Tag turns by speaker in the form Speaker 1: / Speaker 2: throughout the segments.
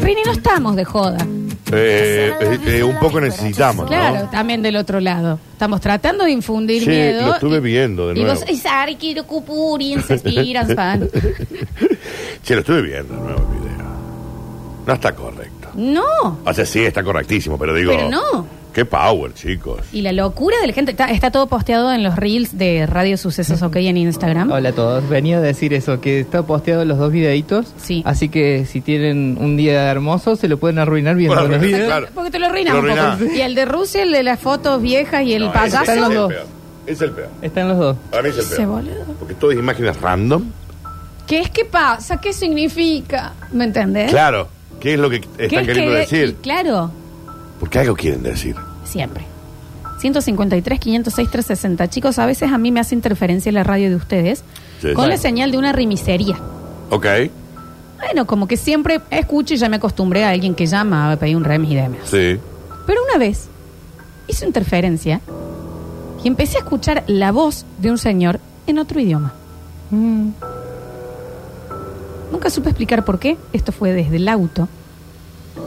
Speaker 1: Rini, no estamos de joda.
Speaker 2: Eh, eh, eh, un poco necesitamos, ¿no?
Speaker 1: Claro, también del otro lado. Estamos tratando de infundir
Speaker 2: Sí,
Speaker 1: miedo.
Speaker 2: lo estuve
Speaker 1: y-
Speaker 2: viendo de
Speaker 1: y
Speaker 2: nuevo.
Speaker 1: vos, "Ay, Sari, quiero cupurín, se inspiran, fan".
Speaker 2: Che, lo estuve viendo de nuevo el video. No está correcto.
Speaker 1: No.
Speaker 2: O sea, sí, está correctísimo, pero digo.
Speaker 1: Pero no.
Speaker 2: Qué power, chicos.
Speaker 1: Y la locura de la gente. Está, está todo posteado en los reels de Radio Sucesos OK en Instagram.
Speaker 3: Hola a todos, venía a decir eso, que está posteado los dos videitos.
Speaker 1: Sí.
Speaker 3: Así que si tienen un día hermoso, se lo pueden arruinar viendo
Speaker 2: Bueno,
Speaker 3: los videos.
Speaker 2: claro.
Speaker 1: Porque te lo arruinan
Speaker 2: Lo
Speaker 1: un poco.
Speaker 2: arruinan.
Speaker 1: Y el de Rusia, el de las fotos viejas y el
Speaker 2: No, ese- ese
Speaker 1: payaso.
Speaker 3: está
Speaker 2: Es el
Speaker 3: loco.
Speaker 2: peor. Es el peor.
Speaker 3: Están los dos.
Speaker 2: Para mí es el
Speaker 1: Ese
Speaker 2: peor.
Speaker 1: boludo.
Speaker 2: Porque todo es imágenes random.
Speaker 1: ¿Qué es que pasa? ¿Qué significa? ¿Me entendés?
Speaker 2: Claro. ¿Qué es lo que
Speaker 1: ¿Eh? ¿Qué
Speaker 2: están
Speaker 1: es
Speaker 2: queriendo
Speaker 1: que-
Speaker 2: decir?
Speaker 1: y claro,
Speaker 2: Porque algo quieren decir.
Speaker 1: siempre. 153, 506, 360. Chicos, a veces a mí me hace interferencia la radio de ustedes
Speaker 2: Sí,
Speaker 1: con
Speaker 2: sí.
Speaker 1: la señal de una remisería.
Speaker 2: Ok.
Speaker 1: Bueno, como que siempre escucho y ya me acostumbré a alguien que llama a pedir un remis y demás.
Speaker 2: Sí.
Speaker 1: Pero una vez hizo interferencia y empecé a escuchar la voz de un señor en otro idioma. Nunca supe explicar por qué. Esto fue desde el auto.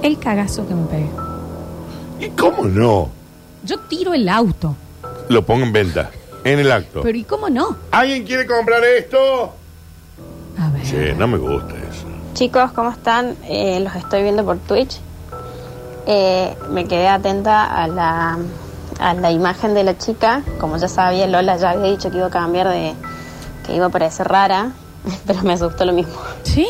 Speaker 1: El cagazo que me pegué.
Speaker 2: ¿Y cómo no?
Speaker 1: Yo tiro el auto.
Speaker 2: Lo pongo en venta. En el acto.
Speaker 1: Pero ¿y cómo no?
Speaker 2: ¿Alguien quiere comprar esto?
Speaker 1: A ver.
Speaker 2: Sí, no me gusta eso.
Speaker 4: Chicos, ¿cómo están? Eh, los estoy viendo por Twitch. Eh, me quedé atenta a la, a la imagen de la chica. Como ya sabía, Lola ya había dicho que iba a cambiar de... que iba a parecer rara, pero me asustó lo mismo.
Speaker 1: Sí.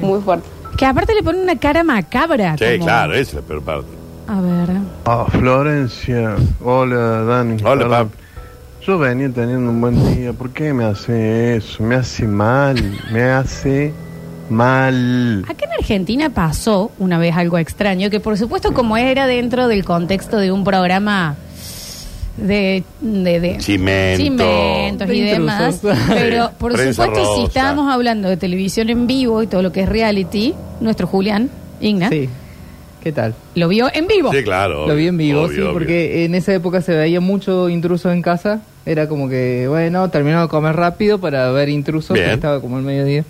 Speaker 4: Muy fuerte.
Speaker 1: Que aparte le ponen una cara
Speaker 3: Ah,
Speaker 1: macabra.
Speaker 2: Sí,
Speaker 1: como-
Speaker 2: claro, eh. esa es la peor parte.
Speaker 1: A ver.
Speaker 5: Ah, Florencia. Hola, Dani.
Speaker 2: Hola,
Speaker 5: Perdón.
Speaker 2: Pab.
Speaker 5: Yo venía teniendo un buen día. ¿Por qué me hace eso? Me hace mal. Me hace mal.
Speaker 1: Acá en Argentina pasó una vez algo extraño, que por supuesto como era dentro del contexto de un programa de... de, de-
Speaker 2: Cimento.
Speaker 1: cimentos y
Speaker 3: De
Speaker 1: demás.
Speaker 3: intrusos.
Speaker 1: Pero por
Speaker 2: Prensa
Speaker 1: supuesto si
Speaker 2: rosa.
Speaker 1: estábamos hablando de televisión en vivo y todo lo que es reality, nuestro Julián, Igna,
Speaker 3: Sí. ¿Qué tal?
Speaker 1: lo vio en vivo.
Speaker 2: Sí, claro.
Speaker 3: lo vi
Speaker 2: obvio,
Speaker 3: en vivo,
Speaker 2: obvio,
Speaker 3: sí,
Speaker 2: obvio.
Speaker 3: porque en esa época se veía mucho intrusos en casa. Era como que, bueno, terminaba de comer rápido para ver intrusos,
Speaker 2: Bien.
Speaker 3: que estaba como al mediodía.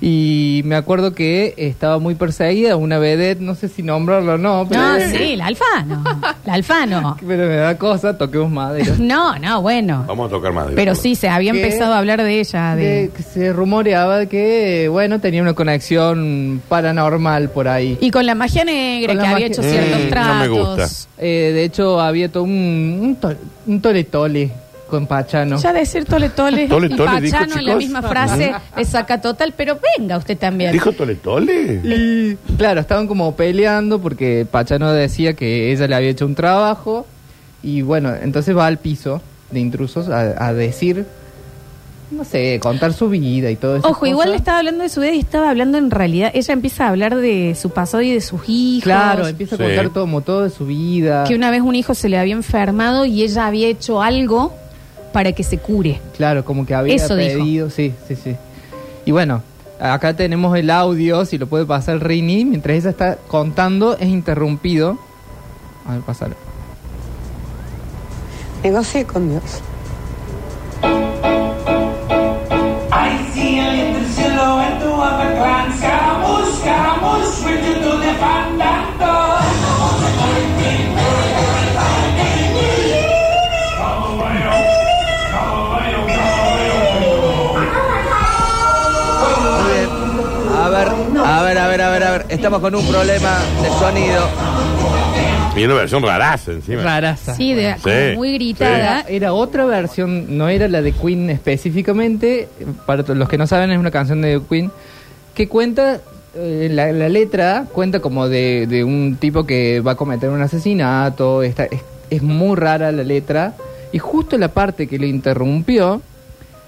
Speaker 3: Y me acuerdo que estaba muy perseguida, una vedette, no sé si nombrarlo o no, pero,
Speaker 1: No, Ah, sí, la Alfano. La Alfano.
Speaker 3: pero me da cosa, toquemos madera.
Speaker 1: No, no, bueno.
Speaker 2: Vamos a tocar más. de
Speaker 1: Pero
Speaker 2: esto.
Speaker 1: sí, se había
Speaker 3: ¿Qué?
Speaker 1: empezado a hablar de ella.
Speaker 3: De
Speaker 1: De...
Speaker 3: que se rumoreaba que, bueno, tenía una conexión paranormal por ahí.
Speaker 1: Y con la magia negra,
Speaker 3: Con la
Speaker 1: que había
Speaker 3: magia-
Speaker 1: hecho
Speaker 3: Mm,
Speaker 1: ciertos
Speaker 2: no me
Speaker 1: tratos.
Speaker 2: gusta.
Speaker 3: Eh, de hecho, había todo un, un, to- un tole-tole con Pachano.
Speaker 1: Ya decir tole tole,
Speaker 2: Tole
Speaker 1: y
Speaker 2: tole, dijo,
Speaker 1: pachano en la
Speaker 2: chicos.
Speaker 1: misma frase le saca total, pero venga usted también.
Speaker 2: ¿Dijo Tole Tole?
Speaker 3: Y claro, estaban como peleando porque Pachano decía que ella le había hecho un trabajo. Y bueno, entonces va al piso de intrusos a, a decir, no sé, contar su vida y todo eso.
Speaker 1: Ojo, igual le estaba hablando de su vida y estaba hablando en realidad. Ella empieza a hablar de su pasado y de sus hijos.
Speaker 3: Claro, empieza a
Speaker 2: Sí.
Speaker 3: contar todo, como todo de su vida.
Speaker 1: que una vez un hijo se le había enfermado y ella había hecho algo para que se cure.
Speaker 3: Claro, como que había
Speaker 1: Eso dijo.
Speaker 3: pedido, sí, sí, sí. Y bueno, acá tenemos el audio, si lo puede pasar Rini, mientras ella está contando, es interrumpido. A ver, pasalo.
Speaker 6: Negocié con Dios.
Speaker 7: Hay cielo del cielo en tu abacán, Scaramouche, Scaramouche, sueño tú de fandango.
Speaker 8: A ver, a ver, a ver, a ver, a ver. Estamos con un problema de sonido.
Speaker 2: Y una versión raraza encima.
Speaker 3: Raraza.
Speaker 1: Sí, de, como muy gritada.
Speaker 3: Era, era otra versión, no era la de Queen específicamente. Para to- los que no saben, es una canción de Queen que cuenta. eh, la, la letra cuenta como de, de un tipo que va a cometer un asesinato. Está, es, es muy rara la letra. Y justo la parte que le interrumpió,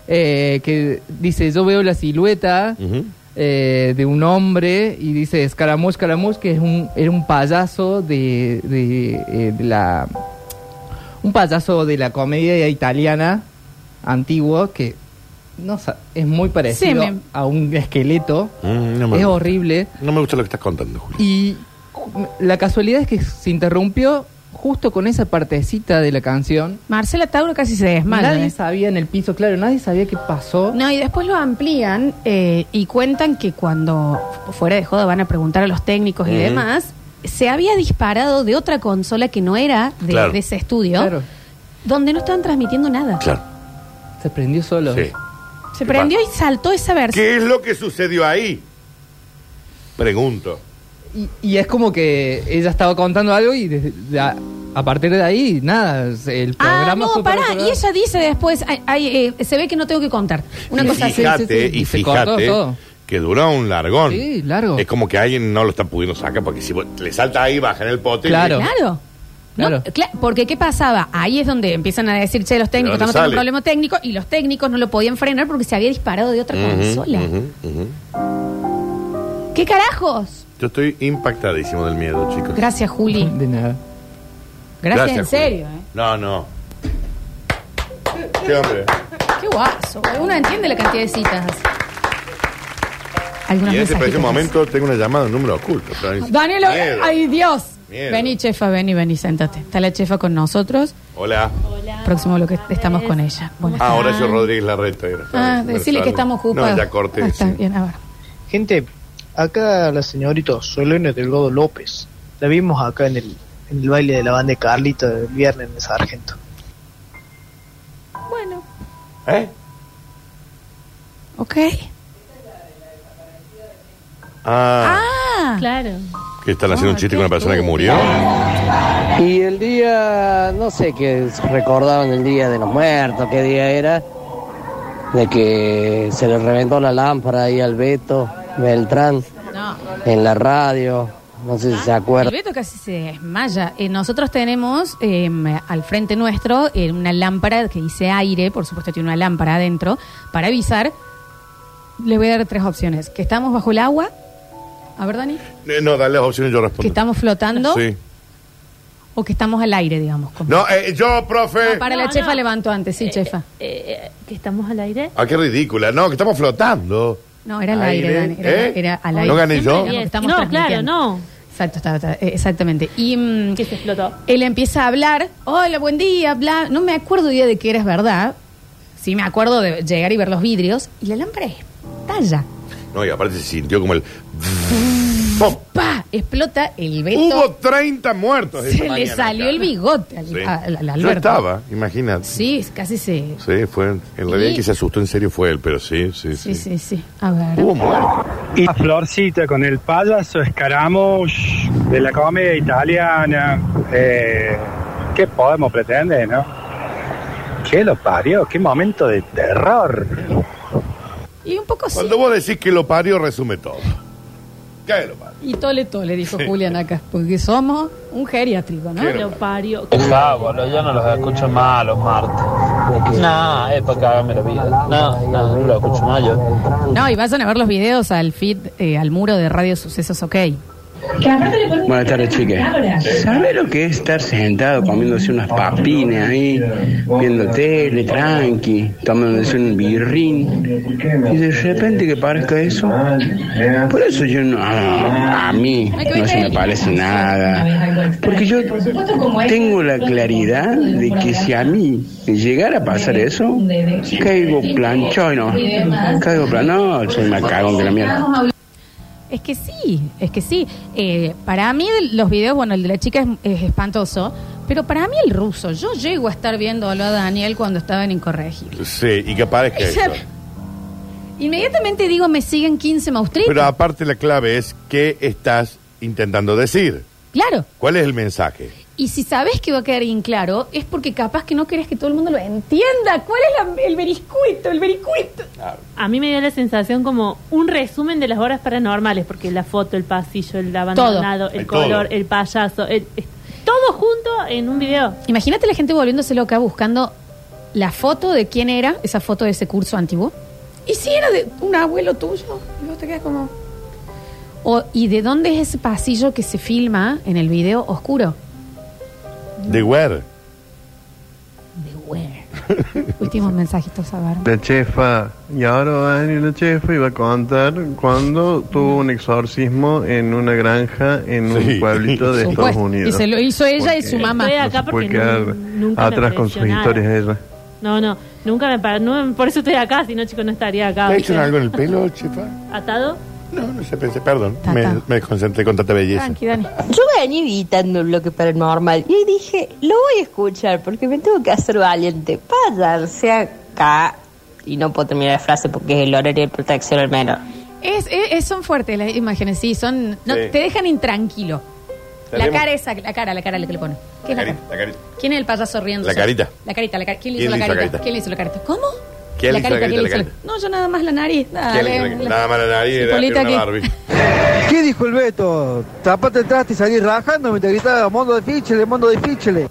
Speaker 3: eh, que dice: Yo veo la silueta.
Speaker 2: Ujú.
Speaker 3: eh, de un hombre y dice Scaramouche, Scaramouche, que es un, era un payaso de, de, eh, de la un payaso de la comedia italiana antiguo que no sa- es muy parecido
Speaker 1: Sí, me-
Speaker 3: a un esqueleto.
Speaker 2: Mm, no me-
Speaker 3: es horrible.
Speaker 2: No me gusta lo que estás contando, Julio.
Speaker 3: Y ju- la casualidad es que se interrumpió justo con esa partecita de la canción,
Speaker 1: Marcela Tauro casi se desmaya. este
Speaker 3: nadie sabía en el piso, claro, nadie sabía qué pasó.
Speaker 1: eh. No, y después lo amplían eh, y cuentan que cuando fuera de joda van a preguntar a los técnicos y
Speaker 2: Mm.
Speaker 1: demás, se había disparado de otra consola que no era de,
Speaker 2: Claro.
Speaker 1: de ese estudio,
Speaker 3: Claro,
Speaker 1: donde no estaban transmitiendo nada.
Speaker 2: Claro.
Speaker 3: se prendió solo.
Speaker 2: Sí.
Speaker 1: Se prendió y saltó esa versión.
Speaker 2: ¿Qué es lo que sucedió ahí? Pregunto.
Speaker 3: Y, y es como que ella estaba contando algo y desde- de a, a partir de ahí, nada, se- el programa
Speaker 1: Ah, no,
Speaker 3: fue para
Speaker 1: pará.
Speaker 3: otro
Speaker 1: Y
Speaker 3: lado.
Speaker 1: ella dice después, ay, ay, eh, se ve que no tengo que contar. Una
Speaker 2: y
Speaker 1: cosa así.
Speaker 2: fíjate,
Speaker 3: sí, sí, sí.
Speaker 2: y
Speaker 3: Se cortó
Speaker 2: fíjate
Speaker 3: todo.
Speaker 2: que duró un largón.
Speaker 3: Sí, largo.
Speaker 2: Es como que alguien no lo está pudiendo sacar, porque si vos- le salta ahí, baja en el pote.
Speaker 3: Claro.
Speaker 1: Claro. No,
Speaker 3: Claro.
Speaker 1: cla- porque ¿qué pasaba? Ahí es donde empiezan a decir, che, los técnicos, estamos
Speaker 2: dónde
Speaker 1: teniendo
Speaker 2: sale?
Speaker 1: un problema técnico y los técnicos no lo podían frenar porque se había disparado de otra
Speaker 2: Ujú,
Speaker 1: consola.
Speaker 2: ujú, ujú.
Speaker 1: ¿Qué carajos?
Speaker 2: Yo estoy impactadísimo del miedo, chicos.
Speaker 1: Gracias, Juli. Gracias,
Speaker 3: De nada.
Speaker 1: en
Speaker 2: Juli.
Speaker 1: serio. ¿eh?
Speaker 2: No, no. Qué hombre.
Speaker 1: Qué guaso. güey. Uno entiende la cantidad de citas.
Speaker 2: Y
Speaker 1: Algunos
Speaker 2: en ese
Speaker 1: mensajitos
Speaker 2: preciso
Speaker 1: más.
Speaker 2: momento tengo una llamada, un número oculto. Florencia.
Speaker 1: Daniel,
Speaker 2: Miedo.
Speaker 1: ay Dios.
Speaker 2: Miedo.
Speaker 1: Vení, chefa, vení, vení, sentate. Está la chefa con nosotros.
Speaker 2: Hola.
Speaker 1: Próximo lo que estamos con ella. Buenas
Speaker 2: Ah,
Speaker 1: tardes.
Speaker 2: Horacio Rodríguez Larreta. era.
Speaker 1: Ah,
Speaker 2: Me
Speaker 1: decirle
Speaker 2: salvo.
Speaker 1: que estamos ocupados.
Speaker 2: No, ya corté.
Speaker 1: Ah, está
Speaker 2: sí.
Speaker 1: bien, a ver.
Speaker 6: Gente, acá la señorita Solene Delgado López. La vimos acá en el, en el baile de la banda de Carlito el viernes en Sargento.
Speaker 1: Bueno,
Speaker 2: ¿Eh?
Speaker 1: ok.
Speaker 2: Ah,
Speaker 1: Ah,
Speaker 9: Claro.
Speaker 2: que están haciendo un chiste con una persona que murió.
Speaker 10: Y el día, no sé qué recordaban el día de los muertos, qué día era, de que se le reventó la lámpara ahí al Beto Beltrán
Speaker 1: no.
Speaker 10: en la radio, no sé si se
Speaker 1: El
Speaker 10: acuerdan.
Speaker 1: Beto casi se desmaya. Eh, nosotros tenemos eh, al frente nuestro eh, una lámpara que dice aire, por supuesto tiene una lámpara adentro, para avisar. Le voy a dar tres opciones. Que estamos bajo el agua. A ver, Dani.
Speaker 2: Eh, No, dale las opciones, yo respondo.
Speaker 1: Que estamos flotando
Speaker 2: Sí.
Speaker 1: o que estamos al aire, digamos. como-
Speaker 2: No, eh, yo, profe.
Speaker 1: No, para la
Speaker 9: No,
Speaker 1: chefa
Speaker 9: no.
Speaker 1: levantó antes, sí,
Speaker 9: Eh,
Speaker 1: chefa.
Speaker 9: eh, eh, que estamos al aire.
Speaker 2: Ah, qué ridícula. No, que estamos flotando.
Speaker 1: No, era al aire, Dani. Era,
Speaker 2: ¿Eh?
Speaker 1: era al aire.
Speaker 2: No gané
Speaker 9: Siempre
Speaker 2: yo.
Speaker 9: diez.
Speaker 1: Estamos
Speaker 9: no, claro,
Speaker 1: transmitiendo.
Speaker 9: no.
Speaker 1: Exacto, está- está- eh, exactamente. Y mm,
Speaker 9: Que se explotó.
Speaker 1: Él empieza a hablar, hola, buen día, bla. No me acuerdo ya de que eres verdad. Sí, me acuerdo de llegar y ver los vidrios. Y la lámpara estalla.
Speaker 2: No, y aparte se sintió como el. ¡Pum!
Speaker 1: ¡Pa! Explota el Beto.
Speaker 2: Hubo 30 muertos. esa
Speaker 1: se le
Speaker 2: mañana
Speaker 1: salió
Speaker 2: acá.
Speaker 1: el bigote al,
Speaker 2: Sí.
Speaker 1: al- al
Speaker 2: Yo
Speaker 1: Alberto.
Speaker 2: estaba, imagínate.
Speaker 1: Sí, casi se.
Speaker 2: Sí, fue. En realidad,
Speaker 1: Y-
Speaker 2: el que se asustó en serio fue él, pero sí, sí, Uh.
Speaker 1: Sí,
Speaker 2: sí.
Speaker 1: sí, sí. A ver.
Speaker 2: Hubo muertos.
Speaker 11: Y Florcita con el payaso Scaramouche de la comedia italiana. Eh, ¿Qué podemos pretender, no? ¿Qué lo parió? ¡Qué momento de terror!
Speaker 1: Y un poco sí.
Speaker 2: Cuando vos decís que lo parió, resume todo. ¿Qué lo parió?
Speaker 1: Y tole tole, dijo Julián acá. Porque somos un geriátrico, ¿no?
Speaker 2: Quiero.
Speaker 9: Lo parió.
Speaker 10: yo no los escucho mal los martes. No, es para cagarme la vida. No, no, no los escucho mal yo.
Speaker 1: No, y vayan a ver los videos al feed, eh, al muro de Radio Sucesos OK.
Speaker 10: Buenas tardes, chiques. ¿Sabes lo que es estar sentado comiéndose unas papines ahí, viendo tele, tranqui, tomándose un birrín? Y de repente que parezca eso. Por eso yo no. A, a mí no se me parece nada. Porque yo tengo la claridad de que si a mí me llegara a pasar eso, caigo planchado y no. Caigo planchado, no, soy más cagón que la mierda.
Speaker 1: Es que sí, es que sí. Eh, para mí de los videos, bueno, el de la chica es, es espantoso, pero para mí el ruso, yo llego a estar viéndolo a Daniel cuando estaba en Incorregible.
Speaker 2: Sí, y que aparezca eso.
Speaker 1: Inmediatamente digo, me siguen 15 maustritos.
Speaker 2: Pero aparte, la clave es qué estás intentando decir.
Speaker 1: Claro.
Speaker 2: ¿Cuál es el mensaje?
Speaker 1: Y si sabes que va a quedar inclaro, es porque capaz que no querés que todo el mundo lo entienda. ¿Cuál es la- el beriscuito? El beriscuito.
Speaker 9: A mí me dio la sensación como un resumen de las horas paranormales, porque la foto, el pasillo, el abandonado,
Speaker 2: Todo.
Speaker 9: el
Speaker 2: Eh, todo.
Speaker 9: color, el payaso, el- es- todo junto en un video.
Speaker 1: Imagínate la gente volviéndose loca buscando la foto de quién era, esa foto de ese curso antiguo. Y si era de un abuelo tuyo, y vos te quedas como. O, ¿Y de dónde es ese pasillo que se filma en el video oscuro?
Speaker 2: De where.
Speaker 1: De where. Últimos mensajitos a ver.
Speaker 5: La chefa, y ahora va a venir la chefa y va a contar cuando tuvo un exorcismo en una granja en
Speaker 2: Sí.
Speaker 5: un pueblito de
Speaker 1: Supuesto.
Speaker 5: Estados Unidos.
Speaker 1: Y se lo hizo ella y su mamá.
Speaker 6: Estoy acá
Speaker 5: No se puede
Speaker 6: porque
Speaker 5: quedar
Speaker 6: nun- nunca me
Speaker 5: atrás con sus
Speaker 6: presionaron.
Speaker 5: historias de ella.
Speaker 6: No, no, nunca me paró. no, por eso estoy acá, si no, chicos, no estaría acá.
Speaker 9: Ah,
Speaker 2: ¿Te ha hecho
Speaker 6: ¿viste?
Speaker 2: algo en el pelo, chefa?
Speaker 6: ¿Atado?
Speaker 2: No, no sé, pensé, perdón. Me, me desconcentré con tanta belleza.
Speaker 4: Yo venía evitando el bloque paranormal y dije, lo voy a escuchar porque me tengo que hacer valiente. Váyanse acá. Y no puedo terminar la frase porque es el horario de protección al menor.
Speaker 1: Es, es- es- son fuertes las imágenes, sí, son. No,
Speaker 4: Sí.
Speaker 1: Te dejan intranquilo. La
Speaker 2: Tenemos-
Speaker 1: cara esa, la cara, la cara la que le pone. ¿Qué es la cara?
Speaker 2: La carita.
Speaker 1: ¿Quién es el payaso riendo?
Speaker 2: La carita.
Speaker 1: La carita, la cara. ¿Quién le hizo
Speaker 2: ¿Quién
Speaker 1: la
Speaker 2: le hizo la
Speaker 1: carita?
Speaker 2: carita?
Speaker 1: ¿Quién le hizo la carita? ¿Cómo?
Speaker 2: ¿Quién le hizo la carita,
Speaker 1: ¿quién
Speaker 2: la
Speaker 1: hizo la- No, yo nada más la nariz. Dale, la-
Speaker 2: Nada más la nariz era,
Speaker 1: Polita
Speaker 2: era una
Speaker 1: que-
Speaker 2: Barbie.
Speaker 12: ¿Qué dijo el Beto? Tapate el traste y salí rajando mientras gritaba, mondo difícil, mondo difícil.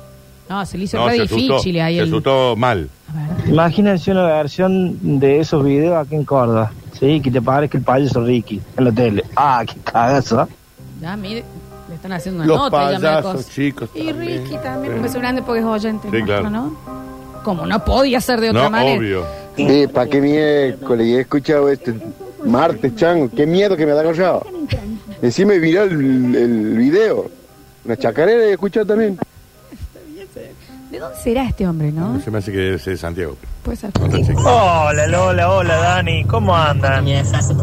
Speaker 1: No, se le hizo
Speaker 2: No,
Speaker 1: re
Speaker 2: se asustó.
Speaker 1: difícil ahí
Speaker 2: Se
Speaker 1: el.
Speaker 2: asustó mal.
Speaker 13: Imagínense una versión de esos videos aquí en Córdoba,
Speaker 5: Ah.
Speaker 13: ¿sí? Que te parezca el payaso Ricky en la tele. Ah, qué cagazo.
Speaker 1: Ah, mire, le están haciendo una
Speaker 2: Los
Speaker 1: nota ya,
Speaker 2: payasos,
Speaker 1: Marcos.
Speaker 2: chicos,
Speaker 1: Y
Speaker 2: también.
Speaker 1: Ricky también,
Speaker 2: Sí.
Speaker 1: profesor grande porque es oyente.
Speaker 2: Sí, claro.
Speaker 1: ¿no? Como no podía ser de otra
Speaker 14: No,
Speaker 1: manera.
Speaker 2: obvio.
Speaker 14: Sí, para qué miércoles, y he escuchado este martes, chango, qué miedo que me da agarrado. Decime viral el, el video. Una chacarera he escuchado también.
Speaker 1: ¿De dónde será este hombre, no?
Speaker 2: Se me hace que debe ser de Santiago.
Speaker 1: Puede ser.
Speaker 10: Hola Lola, hola Dani, ¿cómo andan?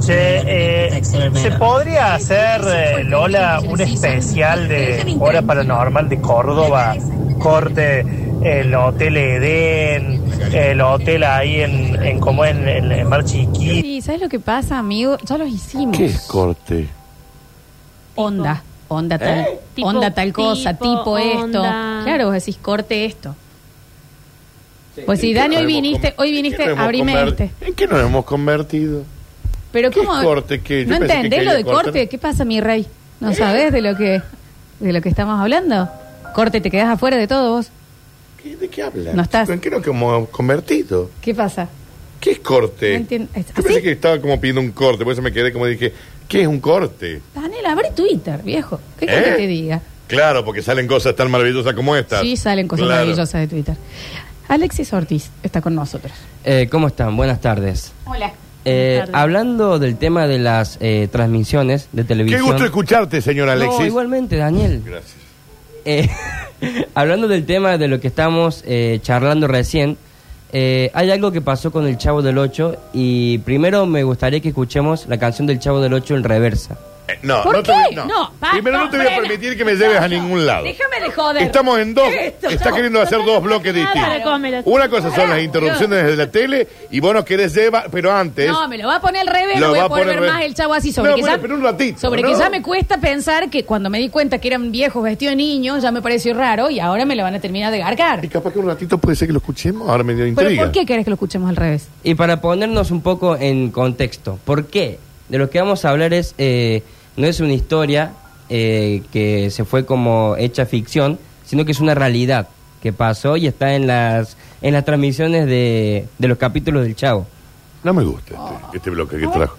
Speaker 10: Che, eh, ¿se podría hacer, eh, Lola, un especial de Hora Paranormal de Córdoba? Corte el Hotel Edén, el hotel ahí en, en como en, en, en Mar Chiquí.
Speaker 1: Sí, ¿sabes lo que pasa, amigo? Ya los hicimos.
Speaker 2: ¿Qué es corte?
Speaker 1: Onda, onda tal,
Speaker 2: ¿Eh?
Speaker 6: Tipo,
Speaker 1: onda tal cosa,
Speaker 6: tipo,
Speaker 1: tipo, esto.
Speaker 6: onda.
Speaker 1: Claro, vos decís corte esto. Pues si
Speaker 2: ¿En qué
Speaker 1: Dani hoy
Speaker 2: nos hemos
Speaker 1: viniste, hoy viniste,
Speaker 2: ¿Qué nos hemos
Speaker 1: abrime
Speaker 2: conver-
Speaker 1: este.
Speaker 2: ¿En qué nos hemos convertido?
Speaker 1: Pero
Speaker 2: ¿Qué
Speaker 1: cómo
Speaker 2: corte? ¿Qué? Yo
Speaker 1: ¿No
Speaker 2: pensé que ¿Eh?
Speaker 1: entendés
Speaker 2: quería
Speaker 1: lo de corte?
Speaker 2: cortar.
Speaker 1: ¿Qué pasa, mi rey? ¿No sabés de lo que de lo que estamos hablando? Corte, te quedás afuera de todo vos.
Speaker 2: ¿Qué- ¿De qué hablas?
Speaker 1: No estás.
Speaker 2: ¿En qué nos hemos convertido?
Speaker 1: ¿Qué pasa?
Speaker 2: ¿Qué es corte?
Speaker 1: No entiendo. Es-
Speaker 2: Yo pensé que estaba como pidiendo un corte, por eso me quedé como dije, ¿qué es un corte?
Speaker 1: Daniel, abre Twitter, viejo. ¿Qué
Speaker 2: ¿Eh?
Speaker 1: querés que te diga?
Speaker 2: Claro, porque salen cosas tan maravillosas como estas.
Speaker 1: Sí, salen cosas
Speaker 2: Claro.
Speaker 1: maravillosas de Twitter. Alexis Ortiz está con nosotros.
Speaker 3: Eh, ¿Cómo están? Buenas tardes.
Speaker 1: Hola.
Speaker 3: Eh,
Speaker 1: Buenas tardes.
Speaker 3: hablando del tema de las eh, transmisiones de televisión.
Speaker 2: Qué gusto escucharte, señor
Speaker 3: No,
Speaker 2: Alexis.
Speaker 3: igualmente, Daniel.
Speaker 2: Gracias.
Speaker 3: Eh, hablando del tema de lo que estamos eh, charlando recién, eh, hay algo que pasó con el Chavo del 8 y primero me gustaría que escuchemos la canción del Chavo del 8 en reversa.
Speaker 2: Eh, no,
Speaker 1: ¿Por
Speaker 2: no te
Speaker 1: qué?
Speaker 2: voy- no.
Speaker 1: No, basta,
Speaker 2: Primero no te voy a
Speaker 1: frena.
Speaker 2: permitir que me lleves a ningún lado.
Speaker 1: Déjame de joder.
Speaker 2: Estamos en dos,
Speaker 1: Esto.
Speaker 2: está queriendo hacer dos bloques
Speaker 1: Claro,
Speaker 2: distintos.
Speaker 1: cómelo.
Speaker 2: Una cosa son las interrupciones desde la tele y vos nos querés llevar, pero antes...
Speaker 1: No, me lo va a poner al revés,
Speaker 2: Lo
Speaker 1: no voy
Speaker 2: va
Speaker 1: a
Speaker 2: a
Speaker 1: poder
Speaker 2: poner
Speaker 1: ver
Speaker 2: al
Speaker 1: más
Speaker 2: revés.
Speaker 1: el chavo así. Sobre,
Speaker 2: No,
Speaker 1: que,
Speaker 2: bueno,
Speaker 1: ya,
Speaker 2: pero un ratito,
Speaker 1: sobre
Speaker 2: ¿no?
Speaker 1: que ya me cuesta pensar que cuando me di cuenta que eran viejos vestidos de niños, ya me pareció raro y ahora me lo van a terminar de gargar.
Speaker 2: Y capaz que un ratito puede ser que lo escuchemos, ahora me dio
Speaker 1: ¿Pero por
Speaker 2: intriga.
Speaker 1: qué querés que lo escuchemos al revés?
Speaker 3: Y para ponernos un poco en contexto, ¿por qué? De lo que vamos a hablar es, eh, no es una historia eh, que se fue como hecha ficción, sino que es una realidad que pasó y está en las, en las transmisiones de, de los capítulos del Chavo.
Speaker 2: No me gusta este, este bloque
Speaker 1: Ah.
Speaker 2: que trajo.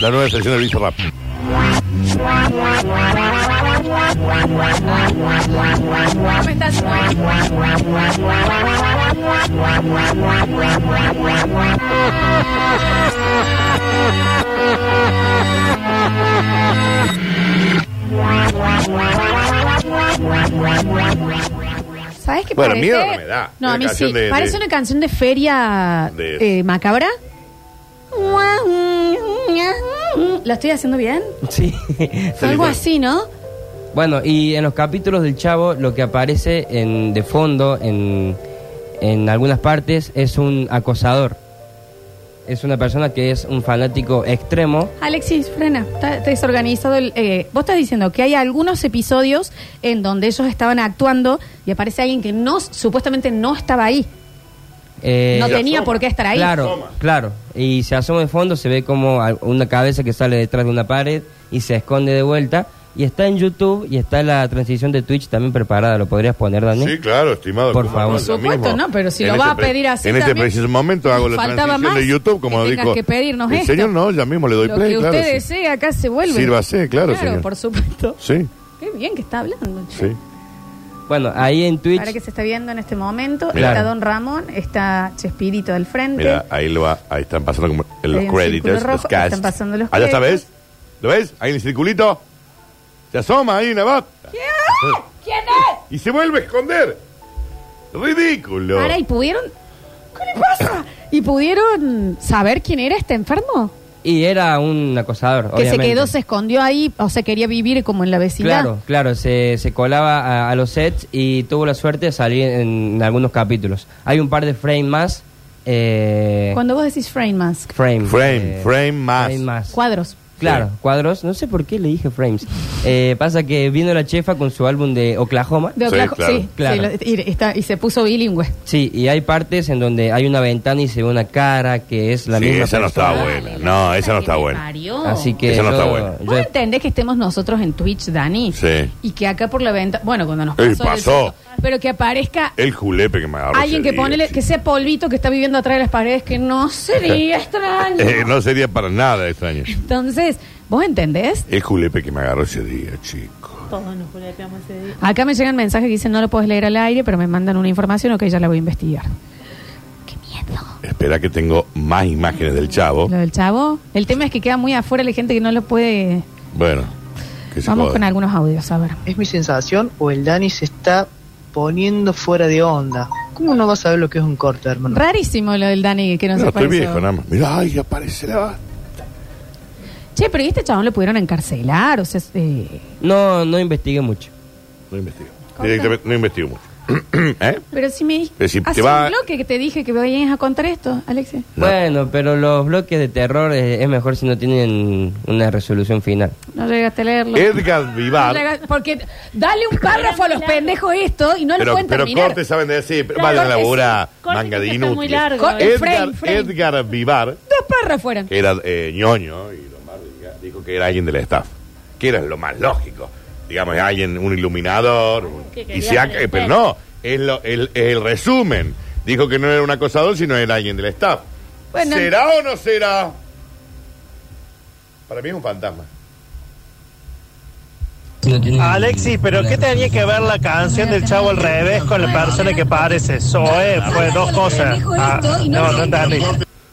Speaker 2: La nueva sección de Luis Rap.
Speaker 1: ¿Cómo estás? ¿Sabes qué
Speaker 2: Bueno,
Speaker 1: parece?
Speaker 2: miedo no me da.
Speaker 1: No,
Speaker 2: Una
Speaker 1: a mí sí.
Speaker 2: canción de-
Speaker 1: parece
Speaker 2: de-
Speaker 1: una canción de feria
Speaker 2: De-
Speaker 1: eh, macabra. ¿La estoy haciendo bien?
Speaker 3: Sí.
Speaker 1: Algo así, ¿no?
Speaker 3: Bueno, y en los capítulos del Chavo lo que aparece en, de fondo en, en algunas partes es un acosador. Es una persona que es un fanático extremo.
Speaker 1: Alexis, frena, está, está desorganizado. El, eh, vos estás diciendo que hay algunos episodios en donde ellos estaban actuando y aparece alguien que no, supuestamente no estaba ahí.
Speaker 3: eh,
Speaker 1: No tenía por qué estar ahí.
Speaker 3: Claro, claro. Y se asoma de fondo, se ve como a- una cabeza que sale detrás de una pared y se esconde de vuelta.
Speaker 15: Y está en YouTube y está la transición de Twitch también preparada. ¿Lo podrías poner, Daniel?
Speaker 2: Sí, claro, estimado.
Speaker 15: Por
Speaker 2: ¿cómo
Speaker 15: favor.
Speaker 2: no es lo
Speaker 1: Por supuesto,
Speaker 2: mismo?
Speaker 1: no, pero si lo
Speaker 2: En
Speaker 1: va
Speaker 2: este
Speaker 1: a
Speaker 2: pre-
Speaker 1: pedir así
Speaker 2: En este
Speaker 1: también,
Speaker 2: preciso momento hago la
Speaker 1: faltaba
Speaker 2: transición
Speaker 1: más
Speaker 2: de YouTube, como
Speaker 1: que tengas
Speaker 2: dijo.
Speaker 1: que pedirnos
Speaker 2: el
Speaker 1: esto.
Speaker 2: señor no, ya mismo le doy
Speaker 1: Lo
Speaker 2: play,
Speaker 1: que
Speaker 2: claro.
Speaker 1: usted
Speaker 2: sí.
Speaker 1: desee acá se vuelve.
Speaker 2: Sírvase, claro,
Speaker 1: Claro,
Speaker 2: señor.
Speaker 1: por supuesto.
Speaker 2: Sí,
Speaker 1: Qué bien que está hablando. che.
Speaker 2: sí.
Speaker 15: Bueno, ahí en Twitch.
Speaker 1: Ahora que se está viendo en este momento,
Speaker 2: Mirá.
Speaker 1: está Don Ramón, está Chespirito al frente.
Speaker 2: Mira, ahí lo va, ahí están pasando como en los
Speaker 1: Hay un
Speaker 2: créditos,
Speaker 1: círculo
Speaker 2: los
Speaker 1: rojo,
Speaker 2: cast.
Speaker 1: están pasando los
Speaker 2: Allá está,
Speaker 1: créditos.
Speaker 2: ¿ves? ¿Lo ves? Ahí en el circulito. Se asoma ahí, Navat.
Speaker 1: ¿Quién es?
Speaker 2: Y se vuelve a esconder. Ridículo.
Speaker 1: Ahora, ¿y pudieron? ¿Qué le pasa? ¿Y pudieron saber quién era este enfermo?
Speaker 15: Y era un acosador,
Speaker 1: Que se
Speaker 15: obviamente.
Speaker 1: quedó, se escondió ahí, o se quería vivir como en la vecindad.
Speaker 15: Claro, claro, se, se colaba a, a los sets y tuvo la suerte de salir en, en algunos capítulos. Hay un par de frame más. Eh,
Speaker 1: Cuando vos decís frame mask,
Speaker 15: frame. eh,
Speaker 2: Frame, frame más.
Speaker 15: frame más.
Speaker 1: cuadros.
Speaker 15: Claro, cuadros. No sé por qué le dije frames. Eh, pasa que vino la chefa con su álbum de Oklahoma.
Speaker 1: De Oklahoma- sí,
Speaker 15: Claro.
Speaker 1: sí, lo- y, está- y se puso bilingüe.
Speaker 15: Sí, y hay partes en donde hay una ventana y se ve una cara que es la
Speaker 2: Sí,
Speaker 15: misma.
Speaker 2: esa no está
Speaker 15: persona.
Speaker 2: buena. No, esa no está buena.
Speaker 1: Oh.
Speaker 15: Así que
Speaker 2: Esa no
Speaker 15: yo-
Speaker 2: está buena.
Speaker 1: ¿Vos entendés que estemos nosotros en Twitch, Dani?
Speaker 2: Sí.
Speaker 1: Y que acá por la venta, bueno, cuando nos
Speaker 2: Ey,
Speaker 1: pasó, del
Speaker 2: pasó.
Speaker 1: susto, pero que aparezca
Speaker 2: El julepe que me agarró.
Speaker 1: alguien
Speaker 2: ese
Speaker 1: que
Speaker 2: día.
Speaker 1: ponele, que sea polvito que está viviendo atrás de las paredes, que no sería extraño.
Speaker 2: Eh, no sería para nada extraño.
Speaker 1: Entonces, ¿vos entendés?
Speaker 2: El julepe que me agarró ese día, chico.
Speaker 9: Todos nos julepeamos ese día.
Speaker 1: Acá me llegan mensajes que dicen no lo puedes leer al aire, pero me mandan una información o que ya la voy a investigar.
Speaker 2: Espera que tengo más imágenes del chavo.
Speaker 1: Lo del chavo. El tema es que queda muy afuera la gente que no lo puede.
Speaker 2: Bueno, que se
Speaker 1: Vamos
Speaker 2: joda.
Speaker 1: con algunos audios, a ver.
Speaker 6: Es mi sensación o el Dani se está poniendo fuera de onda. ¿Cómo no vas a ver lo que es un corte, hermano?
Speaker 1: Rarísimo lo del Dani que no,
Speaker 6: No,
Speaker 1: se
Speaker 6: estoy
Speaker 1: apareció.
Speaker 6: viejo,
Speaker 2: nada más. Mirá, ay, aparece la.
Speaker 1: Che, pero ¿y este chabón lo pudieron encarcelar? O sea, eh,
Speaker 15: No, no investigué mucho.
Speaker 2: No investigo. Directamente, no investigo mucho. ¿Eh?
Speaker 1: pero si me
Speaker 2: Pero si te
Speaker 1: hace
Speaker 2: va-
Speaker 1: un bloque que te dije que vayas a contar esto, Alexia.
Speaker 15: Bueno, pero los bloques de terror eh, es, mejor si no tienen una resolución final.
Speaker 1: No llegaste a leerlo.
Speaker 2: Edgar
Speaker 1: No
Speaker 2: Vivar.
Speaker 1: llegaste- Porque dale un párrafo a los pendejos esto y no lo
Speaker 2: pero
Speaker 1: pueden
Speaker 2: pero
Speaker 1: terminar.
Speaker 2: cortes saben decir,
Speaker 1: Claro,
Speaker 2: vayan a
Speaker 1: cortes,
Speaker 2: laburar,
Speaker 1: sí. Cortes
Speaker 2: manga
Speaker 1: que
Speaker 2: de
Speaker 1: está muy
Speaker 2: inútiles.
Speaker 1: largo,
Speaker 2: Cor-
Speaker 1: eh.
Speaker 2: Edgar,
Speaker 1: Frame, frame.
Speaker 2: Edgar Vivar,
Speaker 1: Dos párrafos eran.
Speaker 2: que era eh, ñoño, y lo más, diga- dijo que era alguien del staff, que era lo más lógico. Digamos, alguien, un iluminador, un-
Speaker 7: Que quería
Speaker 2: y se ha-
Speaker 7: aparecer.
Speaker 2: eh, pero no, es lo, el, el resumen. Dijo que no era un acosador, sino era alguien del staff.
Speaker 7: Bueno.
Speaker 2: ¿Será o no será? Para mí es un fantasma.
Speaker 16: Alexis, pero ¿qué tenía que ver la canción del chavo al revés con la persona que parece? Zoe, fue dos cosas. Ah, no, no entendí.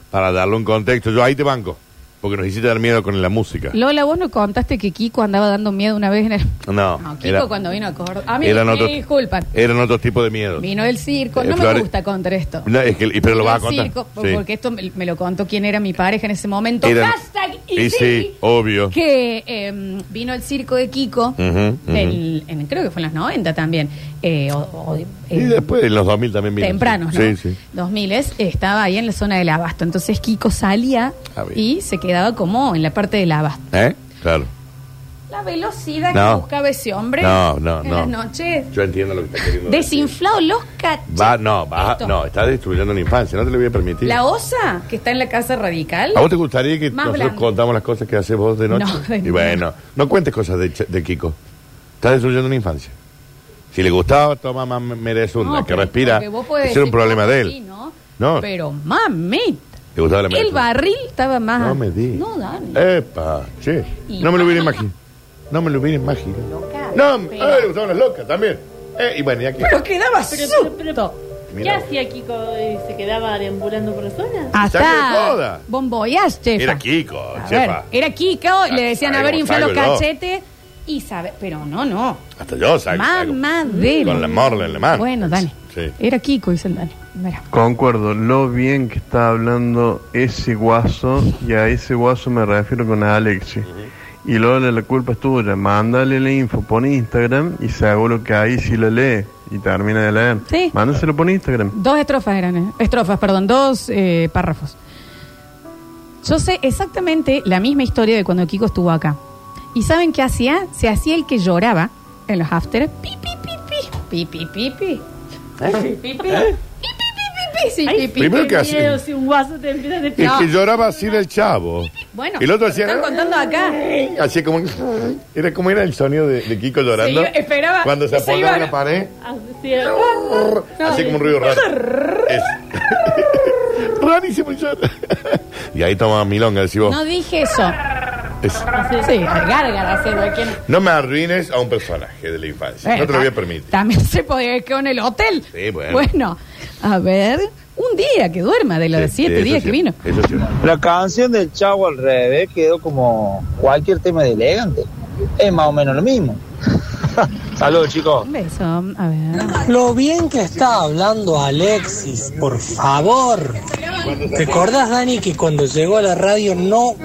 Speaker 2: Para darle un contexto, yo ahí te banco, porque nos hiciste dar miedo con la música.
Speaker 1: Lola, vos no contaste que Kiko andaba dando miedo una vez en el.
Speaker 2: No,
Speaker 1: No, Kiko
Speaker 2: era-
Speaker 1: cuando vino a Córdoba. A mí
Speaker 2: eran
Speaker 1: me
Speaker 2: otros-
Speaker 1: disculpan.
Speaker 2: eran otro tipo de miedo.
Speaker 1: Vino del circo.
Speaker 2: Eh,
Speaker 1: No me
Speaker 2: Flores-
Speaker 1: gusta contra esto.
Speaker 2: No, es que, y- pero lo vas a
Speaker 1: Del
Speaker 2: contar.
Speaker 1: circo,
Speaker 2: Sí.
Speaker 1: Porque esto me, me lo contó quién era mi pareja en ese momento.
Speaker 2: Eran-
Speaker 1: Hashtag y,
Speaker 2: y
Speaker 1: sí,
Speaker 2: sí, obvio.
Speaker 1: Que eh, vino el circo de Kiko.
Speaker 2: Ujú, ujú.
Speaker 1: del- en- creo que fue en los 90 también. eh, o- o-
Speaker 2: Y
Speaker 1: en-
Speaker 2: después en los 2000 también vino.
Speaker 1: Tempranos, ¿no?
Speaker 2: Sí, sí.
Speaker 1: 2000 estaba ahí en la zona del abasto. Entonces Kiko salía
Speaker 2: A ver.
Speaker 1: y se quedaba como en la parte del abasto.
Speaker 2: ¿Eh? Claro.
Speaker 1: La velocidad
Speaker 2: No.
Speaker 1: que buscaba ese hombre
Speaker 2: No, no,
Speaker 1: en
Speaker 2: no.
Speaker 1: las noches.
Speaker 2: Yo entiendo lo que está queriendo decir.
Speaker 1: Desinflado los cachos.
Speaker 2: Va, no, va, no, está destruyendo la infancia, no te lo voy a permitir.
Speaker 1: La osa que está en la casa radical.
Speaker 2: ¿A vos te gustaría que
Speaker 1: Más
Speaker 2: nosotros
Speaker 1: blanda.
Speaker 2: contamos las cosas que haces vos de noche?
Speaker 1: No, de
Speaker 2: y bueno, no cuentes cosas de, Ch- de Kiko. Estás destruyendo una infancia. Si le gustaba, toma más merezunda,
Speaker 1: No,
Speaker 2: que
Speaker 1: pero-
Speaker 2: respira.
Speaker 1: porque vos podés
Speaker 2: Ese era un
Speaker 1: decir,
Speaker 2: problema
Speaker 1: no,
Speaker 2: de él.
Speaker 1: sí, ¿no?
Speaker 2: No,
Speaker 1: Pero mami,
Speaker 2: le gustaba la
Speaker 1: el
Speaker 2: merezunda.
Speaker 1: barril estaba más.
Speaker 2: No me di.
Speaker 1: No, Dani.
Speaker 2: Epa, che.
Speaker 1: Y-
Speaker 2: No me lo hubiera imaginado. No me lo hubiera imaginado. No, me- a ver, le gustaban las locas también. Eh, y bueno, ya que.
Speaker 1: Pero quedaba susto.
Speaker 9: ¿Qué hacía Kiko? Eh, ¿Se quedaba deambulando por la zona?
Speaker 2: Salgo de
Speaker 1: Hasta
Speaker 2: joda.
Speaker 1: bomboyas, chefa.
Speaker 2: Era Kiko,
Speaker 1: A ver,
Speaker 2: chefa.
Speaker 1: era Kiko, le decían, a
Speaker 2: salgo,
Speaker 1: ver, infla los
Speaker 2: salgo yo.
Speaker 1: cachetes. Y sabe, pero no, no.
Speaker 2: Hasta yo salgo. salgo.
Speaker 1: Mamadero.
Speaker 2: Con la morla en la mano.
Speaker 1: Bueno, Dani.
Speaker 2: Sí.
Speaker 1: Era Kiko, dice el Dani. Mira.
Speaker 5: Concuerdo, lo bien que está hablando ese guaso, y a ese guaso me refiero con Alexi. Y Lola, la culpa es tuya, mándale la info, pon Instagram y seguro que ahí sí lo lee y termina de leer.
Speaker 1: Sí.
Speaker 5: Mándaselo por Instagram.
Speaker 1: Dos estrofas eran, eh. estrofas, perdón, dos eh, párrafos. Yo sé exactamente la misma historia de cuando Kiko estuvo acá. ¿Y saben qué hacía? Se hacía el que lloraba en los after. Pi, pi, pi, pi, pi, pi, pi, pi. Pi, pi, pi, pi, pi, sí, pi, pi,
Speaker 2: Primero
Speaker 1: pi,
Speaker 2: que
Speaker 1: pi.
Speaker 2: hace-
Speaker 9: Si un guaso te empieza a
Speaker 2: Es
Speaker 9: No.
Speaker 2: que lloraba así del chavo.
Speaker 1: Bueno,
Speaker 2: El otro "Ah", hacía-
Speaker 1: están contando acá.
Speaker 2: Así como. Era como era el sonido de, de Kiko llorando.
Speaker 1: Se iba- esperaba-
Speaker 2: Cuando se
Speaker 1: se iba-
Speaker 2: apoyaba la pared.
Speaker 4: Así
Speaker 1: ah,
Speaker 4: es.
Speaker 2: Hacía como un ruido raro. Es- Rarísimo el llor. Y ahí toma milonga, decís vos.
Speaker 1: No dije eso.
Speaker 2: Es-
Speaker 1: Sí, gárgara, hacer cualquier.
Speaker 2: no me arruines a un personaje de la infancia.
Speaker 1: Bueno,
Speaker 2: no te lo voy a
Speaker 1: ta-
Speaker 2: permitir.
Speaker 1: También se podía ir con el hotel.
Speaker 2: Sí, bueno.
Speaker 1: Bueno, a ver, un día que duerma de los siete
Speaker 6: eso
Speaker 1: días
Speaker 6: sí.
Speaker 1: que vino.
Speaker 6: La canción del Chavo al revés quedó como cualquier tema de elegante. Es más o menos lo mismo. Saludos, chicos.
Speaker 1: Un beso, a ver.
Speaker 3: Lo bien que está hablando Alexis, por favor. ¿Te acordás, Dani, que cuando llegó a la radio no,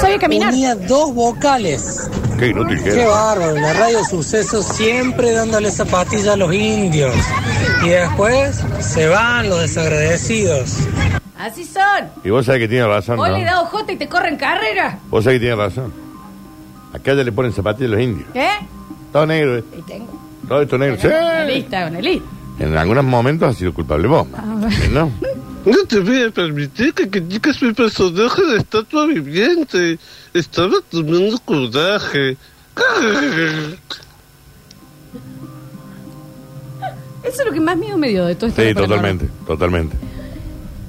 Speaker 1: sabía caminar?
Speaker 3: Tenía dos vocales.
Speaker 2: Qué inútil que
Speaker 3: Qué
Speaker 2: era.
Speaker 3: bárbaro, en la radio sucesos siempre dándole zapatilla a los indios. Y después se van los desagradecidos.
Speaker 1: Así son.
Speaker 2: Y vos sabés que tiene razón,
Speaker 1: Vos le
Speaker 2: ¿no?
Speaker 1: das ojota y te corren carrera.
Speaker 2: Vos sabés que tiene razón. Acá ya le ponen zapatillas a los indios.
Speaker 1: ¿Qué?
Speaker 2: Todo negro, eh.
Speaker 1: Y tengo.
Speaker 2: todo esto negro. Sí.
Speaker 1: Lista, con el
Speaker 2: En algunos momentos has sido culpable vos,
Speaker 1: A ver.
Speaker 2: ¿no?
Speaker 17: No te voy a permitir que critiques mi personaje de estatua viviente. Estaba tomando coraje.
Speaker 1: Eso es lo que más miedo me dio de todo esto.
Speaker 2: Sí, totalmente, totalmente.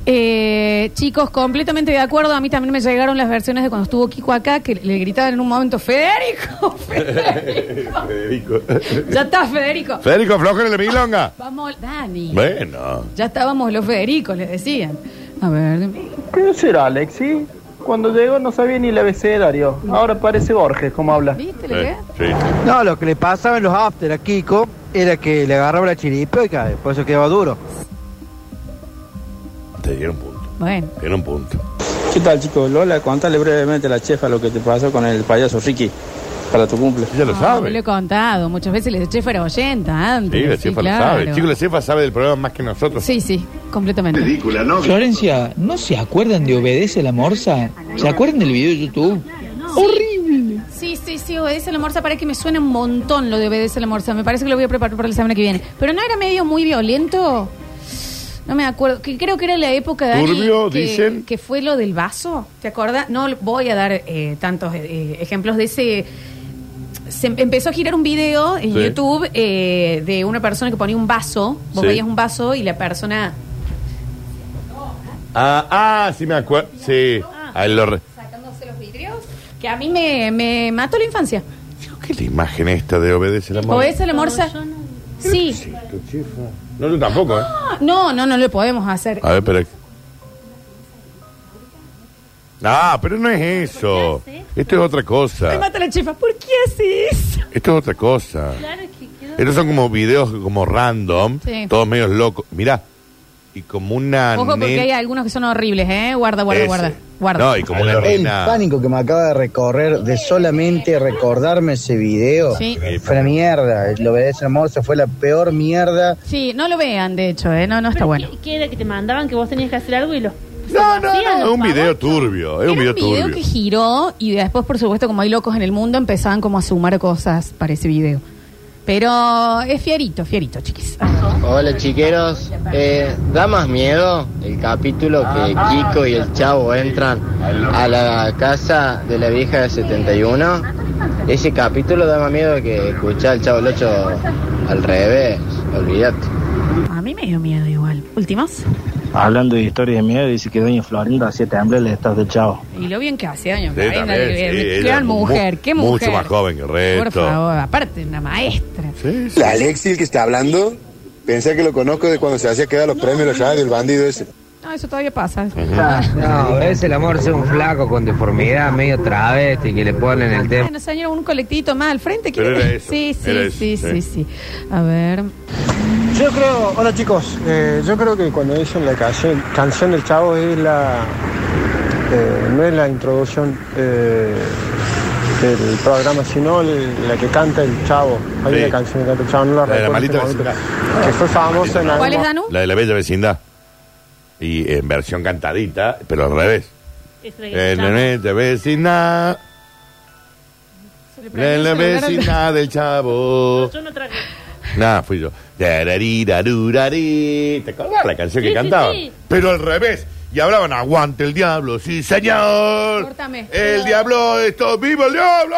Speaker 1: Eh, chicos, completamente de acuerdo. A mí también me llegaron las versiones de cuando estuvo Kiko acá, que le gritaban en un momento, Federico.
Speaker 2: Federico.
Speaker 1: ya está, Federico.
Speaker 2: Federico, flojo en la milonga.
Speaker 1: Vamos, Dani.
Speaker 2: Bueno.
Speaker 1: Ya estábamos los Federicos, les decían. A ver.
Speaker 18: ¿Qué será, Alexi? Cuando llegó no sabía ni el abecedario. Ahora parece Borges, ¿cómo habla?
Speaker 1: ¿Viste
Speaker 2: Eh.
Speaker 19: No, lo que le pasaba en los after a Kiko era que le agarraba la chiripica, por eso quedaba duro.
Speaker 2: Te dieron punto.
Speaker 1: Bueno.
Speaker 2: Tiene un punto.
Speaker 18: ¿Qué tal, chicos? Lola, contale brevemente a la chefa lo que te pasó con el payaso Ricky para tu cumple.
Speaker 2: Ya lo
Speaker 1: Ah, lo he contado. Muchas veces les eché fuera oyenta antes.
Speaker 2: Sí, la cefa
Speaker 1: claro.
Speaker 2: lo sabe. Chico, la cefa sabe del programa más que nosotros.
Speaker 1: Sí, sí, completamente.
Speaker 2: Ridícula, ¿no?
Speaker 20: Florencia, ¿no se acuerdan de Obedece la Morsa? ¿Se acuerdan del video de YouTube?
Speaker 1: Horrible. Sí, sí, sí, obedece la morsa. Para que me suene un montón lo de obedece la morsa. Me parece que lo voy a preparar para la semana que viene. Pero no era medio muy violento. No me acuerdo. Que creo que era la época de
Speaker 2: Turbio,
Speaker 1: que,
Speaker 2: dicen.
Speaker 1: que fue lo del vaso. ¿Te acuerdas? No voy a dar eh, tantos eh, ejemplos de ese. Se em- empezó a girar un video en
Speaker 21: Sí.
Speaker 1: YouTube eh, de una persona que ponía un vaso. Vos
Speaker 2: Sí.
Speaker 1: veías un vaso y la persona.
Speaker 2: Ah, ah, sí me acuerdo. Sí. Ahí lo re-
Speaker 1: sacándose los vidrios. Que a mí me, me mató la infancia.
Speaker 2: ¿Qué es la imagen esta de obedece la amor?
Speaker 1: Obedece la morsa. Sí.
Speaker 2: Tu chefa. No, tú tampoco, ¿eh?
Speaker 1: Ah. No, no, no lo podemos hacer.
Speaker 2: A ver, pero. Ah, pero no es eso. Esto es otra
Speaker 1: Me
Speaker 2: cosa.
Speaker 1: mata la chefa. ¿Por qué haces?
Speaker 2: Esto es otra cosa.
Speaker 1: Claro que
Speaker 2: Estos son como videos como random,
Speaker 1: Sí.
Speaker 2: todos medios locos. Mirá, y como una
Speaker 1: Ojo porque
Speaker 2: nena-
Speaker 1: hay algunos que son horribles, ¿eh? Guarda, guarda,
Speaker 2: Ese.
Speaker 1: guarda. guarda.
Speaker 2: No, y como una
Speaker 22: El
Speaker 2: nena.
Speaker 22: pánico que me acaba de recorrer de solamente recordarme ese video
Speaker 1: Sí.
Speaker 22: fue una mierda. Lo obedece el amor, se fue la peor mierda.
Speaker 1: Sí, no lo vean, de hecho, ¿eh? No, no está bueno.
Speaker 4: ¿Qué era que te mandaban que vos tenías que hacer algo y los.
Speaker 2: No, no,
Speaker 4: hacían
Speaker 2: no, es
Speaker 4: los
Speaker 2: un
Speaker 4: pavos?
Speaker 2: video turbio, es un
Speaker 1: Era
Speaker 2: video
Speaker 1: un video
Speaker 2: turbio.
Speaker 1: que giró y después, por supuesto, como hay locos en el mundo, empezaban como a sumar cosas para ese video. Pero es fierito, fierito, chiquis.
Speaker 23: Hola chiqueros, Eh, da más miedo el capítulo que
Speaker 19: Ah.
Speaker 23: Kiko y el chavo entran a la casa de la vieja de 71. Ese capítulo da más miedo que escuchar al chavo el 8 al revés, olvídate.
Speaker 1: A mí me dio miedo igual. Últimos.
Speaker 20: Hablando de historias de miedo, dice que Doña Florinda hacía temblarle estás de chavo.
Speaker 1: Y lo bien que hace años.
Speaker 20: Sí, también, sí,
Speaker 1: Qué
Speaker 20: ella
Speaker 1: gran
Speaker 20: mu-
Speaker 1: mujer, qué
Speaker 20: mucho
Speaker 1: mujer.
Speaker 20: más
Speaker 2: joven que el
Speaker 1: Por
Speaker 2: resto.
Speaker 1: favor, aparte, una maestra.
Speaker 5: La Alexi, el que está hablando, pensé que lo conozco de cuando se hacía quedar los premios, los llaves del bandido ese.
Speaker 1: No, eso todavía pasa.
Speaker 24: No, obedece el amor, es un flaco con deformidad, medio travesti, que le ponen el tema.
Speaker 1: Bueno, señor, un colectito más al frente. que-
Speaker 24: Pero era eso,
Speaker 1: sí, sí,
Speaker 24: era eso,
Speaker 1: sí, sí,
Speaker 24: sí.
Speaker 1: sí. A ver.
Speaker 10: Yo creo, hola chicos, eh, yo creo que cuando dicen la canción, canción del chavo es la, eh, no es la introducción eh, del programa, sino el- la que canta el chavo. Hay
Speaker 2: Sí.
Speaker 10: una canción que canta el chavo, no
Speaker 2: La
Speaker 10: la,
Speaker 2: de la
Speaker 10: recuerdo en este
Speaker 2: maldita
Speaker 10: momento,
Speaker 2: vecindad.
Speaker 10: que fue famosa en
Speaker 1: ¿Cuál
Speaker 10: algún
Speaker 1: es, Danu?
Speaker 2: La de la bella vecindad. Y en versión cantadita, pero al revés. En la bella vecindad. En la vecindad del chavo.
Speaker 4: Yo no traje.
Speaker 2: Nah, fui yo. Tararirarirari. ¿Te acuerdas la canción
Speaker 4: Sí,
Speaker 2: que
Speaker 4: sí,
Speaker 2: cantaba?
Speaker 4: sí.
Speaker 2: Pero al revés. y hablaban, aguante el diablo, sí, señor.
Speaker 1: Córtame.
Speaker 2: El diablo, esto, viva el diablo.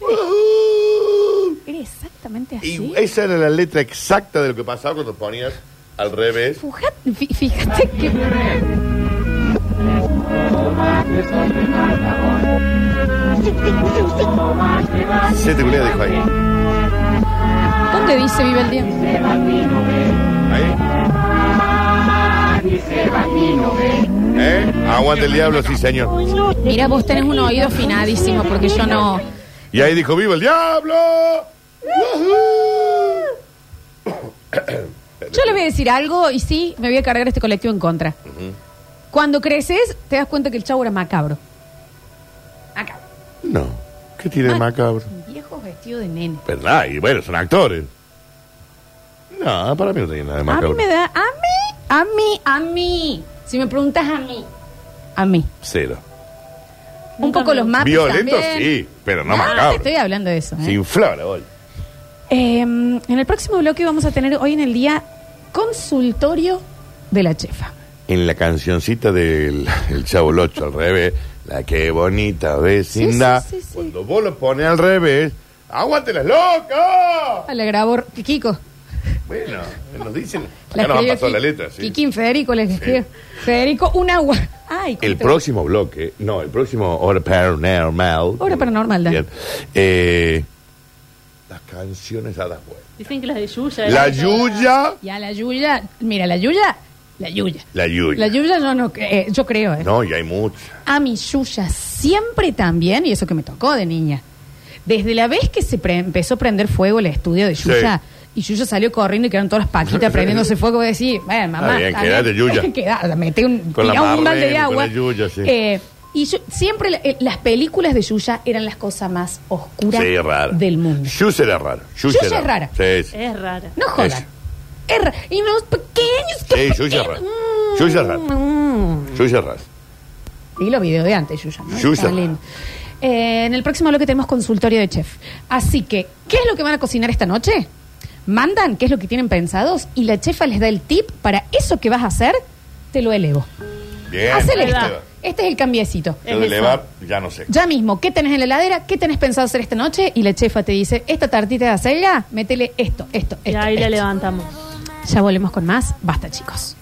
Speaker 2: Uh-huh.
Speaker 1: Era exactamente así.
Speaker 2: Y esa era la letra exacta de lo que pasaba cuando ponías al revés.
Speaker 1: Fíjate, fí- fíjate que.
Speaker 2: Se te culea, dijo ahí.
Speaker 1: ¿Dónde dice vive el diablo?
Speaker 2: ¿Eh? Aguante el diablo, sí, señor.
Speaker 1: Mira, vos tenés un oído finadísimo porque yo no.
Speaker 2: Y ahí dijo, viva el diablo.
Speaker 1: Yo le voy a decir algo y sí, me voy a cargar este colectivo en contra. Cuando creces, te das cuenta que el chavo era macabro.
Speaker 2: No, ¿qué tiene
Speaker 1: Ah.
Speaker 2: de macabro?
Speaker 1: Viejo vestido de nene.
Speaker 2: ¿Verdad? Y bueno, son actores. No, para mí no tiene nada de
Speaker 1: A mí
Speaker 2: macabro.
Speaker 1: me da. A mí, a mí, a mí. Si me preguntas a mí. A mí.
Speaker 2: Cero.
Speaker 1: Un poco los mapes.
Speaker 2: Violento
Speaker 1: también.
Speaker 2: sí, pero no
Speaker 1: Ah,
Speaker 2: macabro.
Speaker 1: Estoy hablando de eso. ¿eh?
Speaker 2: Se inflaba la bola.
Speaker 1: Eh, en el próximo bloque vamos a tener hoy en el día consultorio de la chefa.
Speaker 2: En la cancioncita del el Chavo Locho al revés, la que bonita vecindad. Cuando vos lo pones al revés, ¡aguante las locas!
Speaker 1: Ah, La grabó Kiko.
Speaker 2: Bueno, nos dicen.
Speaker 1: La
Speaker 2: Acá nos han
Speaker 1: escribió
Speaker 2: pasado
Speaker 1: Ki-
Speaker 2: la letra, sí.
Speaker 1: Kikín Federico les escribió. Federico, un agua. Ay,
Speaker 2: El
Speaker 1: cuánto-
Speaker 2: próximo bloque, no, el próximo Hora Paranormal.
Speaker 1: Hora paranormal, da.
Speaker 2: Bien. Eh, las canciones dadas vueltas.
Speaker 9: Dicen que las de Yuya.
Speaker 2: La
Speaker 9: eran todas-
Speaker 2: Yuya.
Speaker 1: Ya la Yuya, mira, la Yuya, la Yuya.
Speaker 2: La Yuya.
Speaker 1: La Yuya yo, no, cre- eh, yo creo, eh.
Speaker 2: No, y hay muchas.
Speaker 1: A mi Yuya siempre también, y eso que me tocó de niña. Desde la vez que se pre- empezó a prender fuego el estudio de Yuya, y Yuya salió corriendo y quedaron todas las paquitas prendiéndose fuego, voy a decir, bueno, mamá.
Speaker 2: bien,
Speaker 1: está bien".
Speaker 2: quédate, Yuya.
Speaker 1: Quedá, metí un,
Speaker 2: Con la
Speaker 1: tirá un balde
Speaker 2: Marlene,
Speaker 1: de
Speaker 2: con
Speaker 1: agua.
Speaker 2: la Yuya, sí.
Speaker 1: Eh, y yo, siempre la- eh, las películas de Yuya eran las cosas más oscuras
Speaker 2: Sí, rara.
Speaker 1: del mundo.
Speaker 2: Yuya era raro.
Speaker 1: Yuya es rara.
Speaker 2: Sí, sí.
Speaker 9: Eh.
Speaker 1: Es rara. No jodas.
Speaker 2: Es-
Speaker 1: Es ra- y unos pequeños.
Speaker 2: Sí, Yuya es rara. Yuya es rara.
Speaker 1: Mm.
Speaker 2: Yuya es rara.
Speaker 1: Y los videos de antes, Yuya. ¿no?
Speaker 2: Yuya.
Speaker 1: Estaba lindo. Eh, en el próximo bloque tenemos consultorio de chef. Así que, ¿qué es lo que van a cocinar esta noche? Mandan qué es lo que tienen pensados y la chefa les da el tip para eso que vas a hacer, te lo elevo.
Speaker 2: Bien.
Speaker 1: Hacele
Speaker 2: Ahí
Speaker 1: esto.
Speaker 2: va.
Speaker 1: Este es el cambiecito.
Speaker 2: Lo de elevar, ya no sé.
Speaker 1: Ya mismo, ¿qué tenés en la heladera? ¿Qué tenés pensado hacer esta noche? Y la chefa te dice, esta tartita de acelga, métele esto, esto, esto.
Speaker 9: Y ahí la
Speaker 1: esto.
Speaker 9: levantamos.
Speaker 1: Ya volvemos con más. Basta, chicos.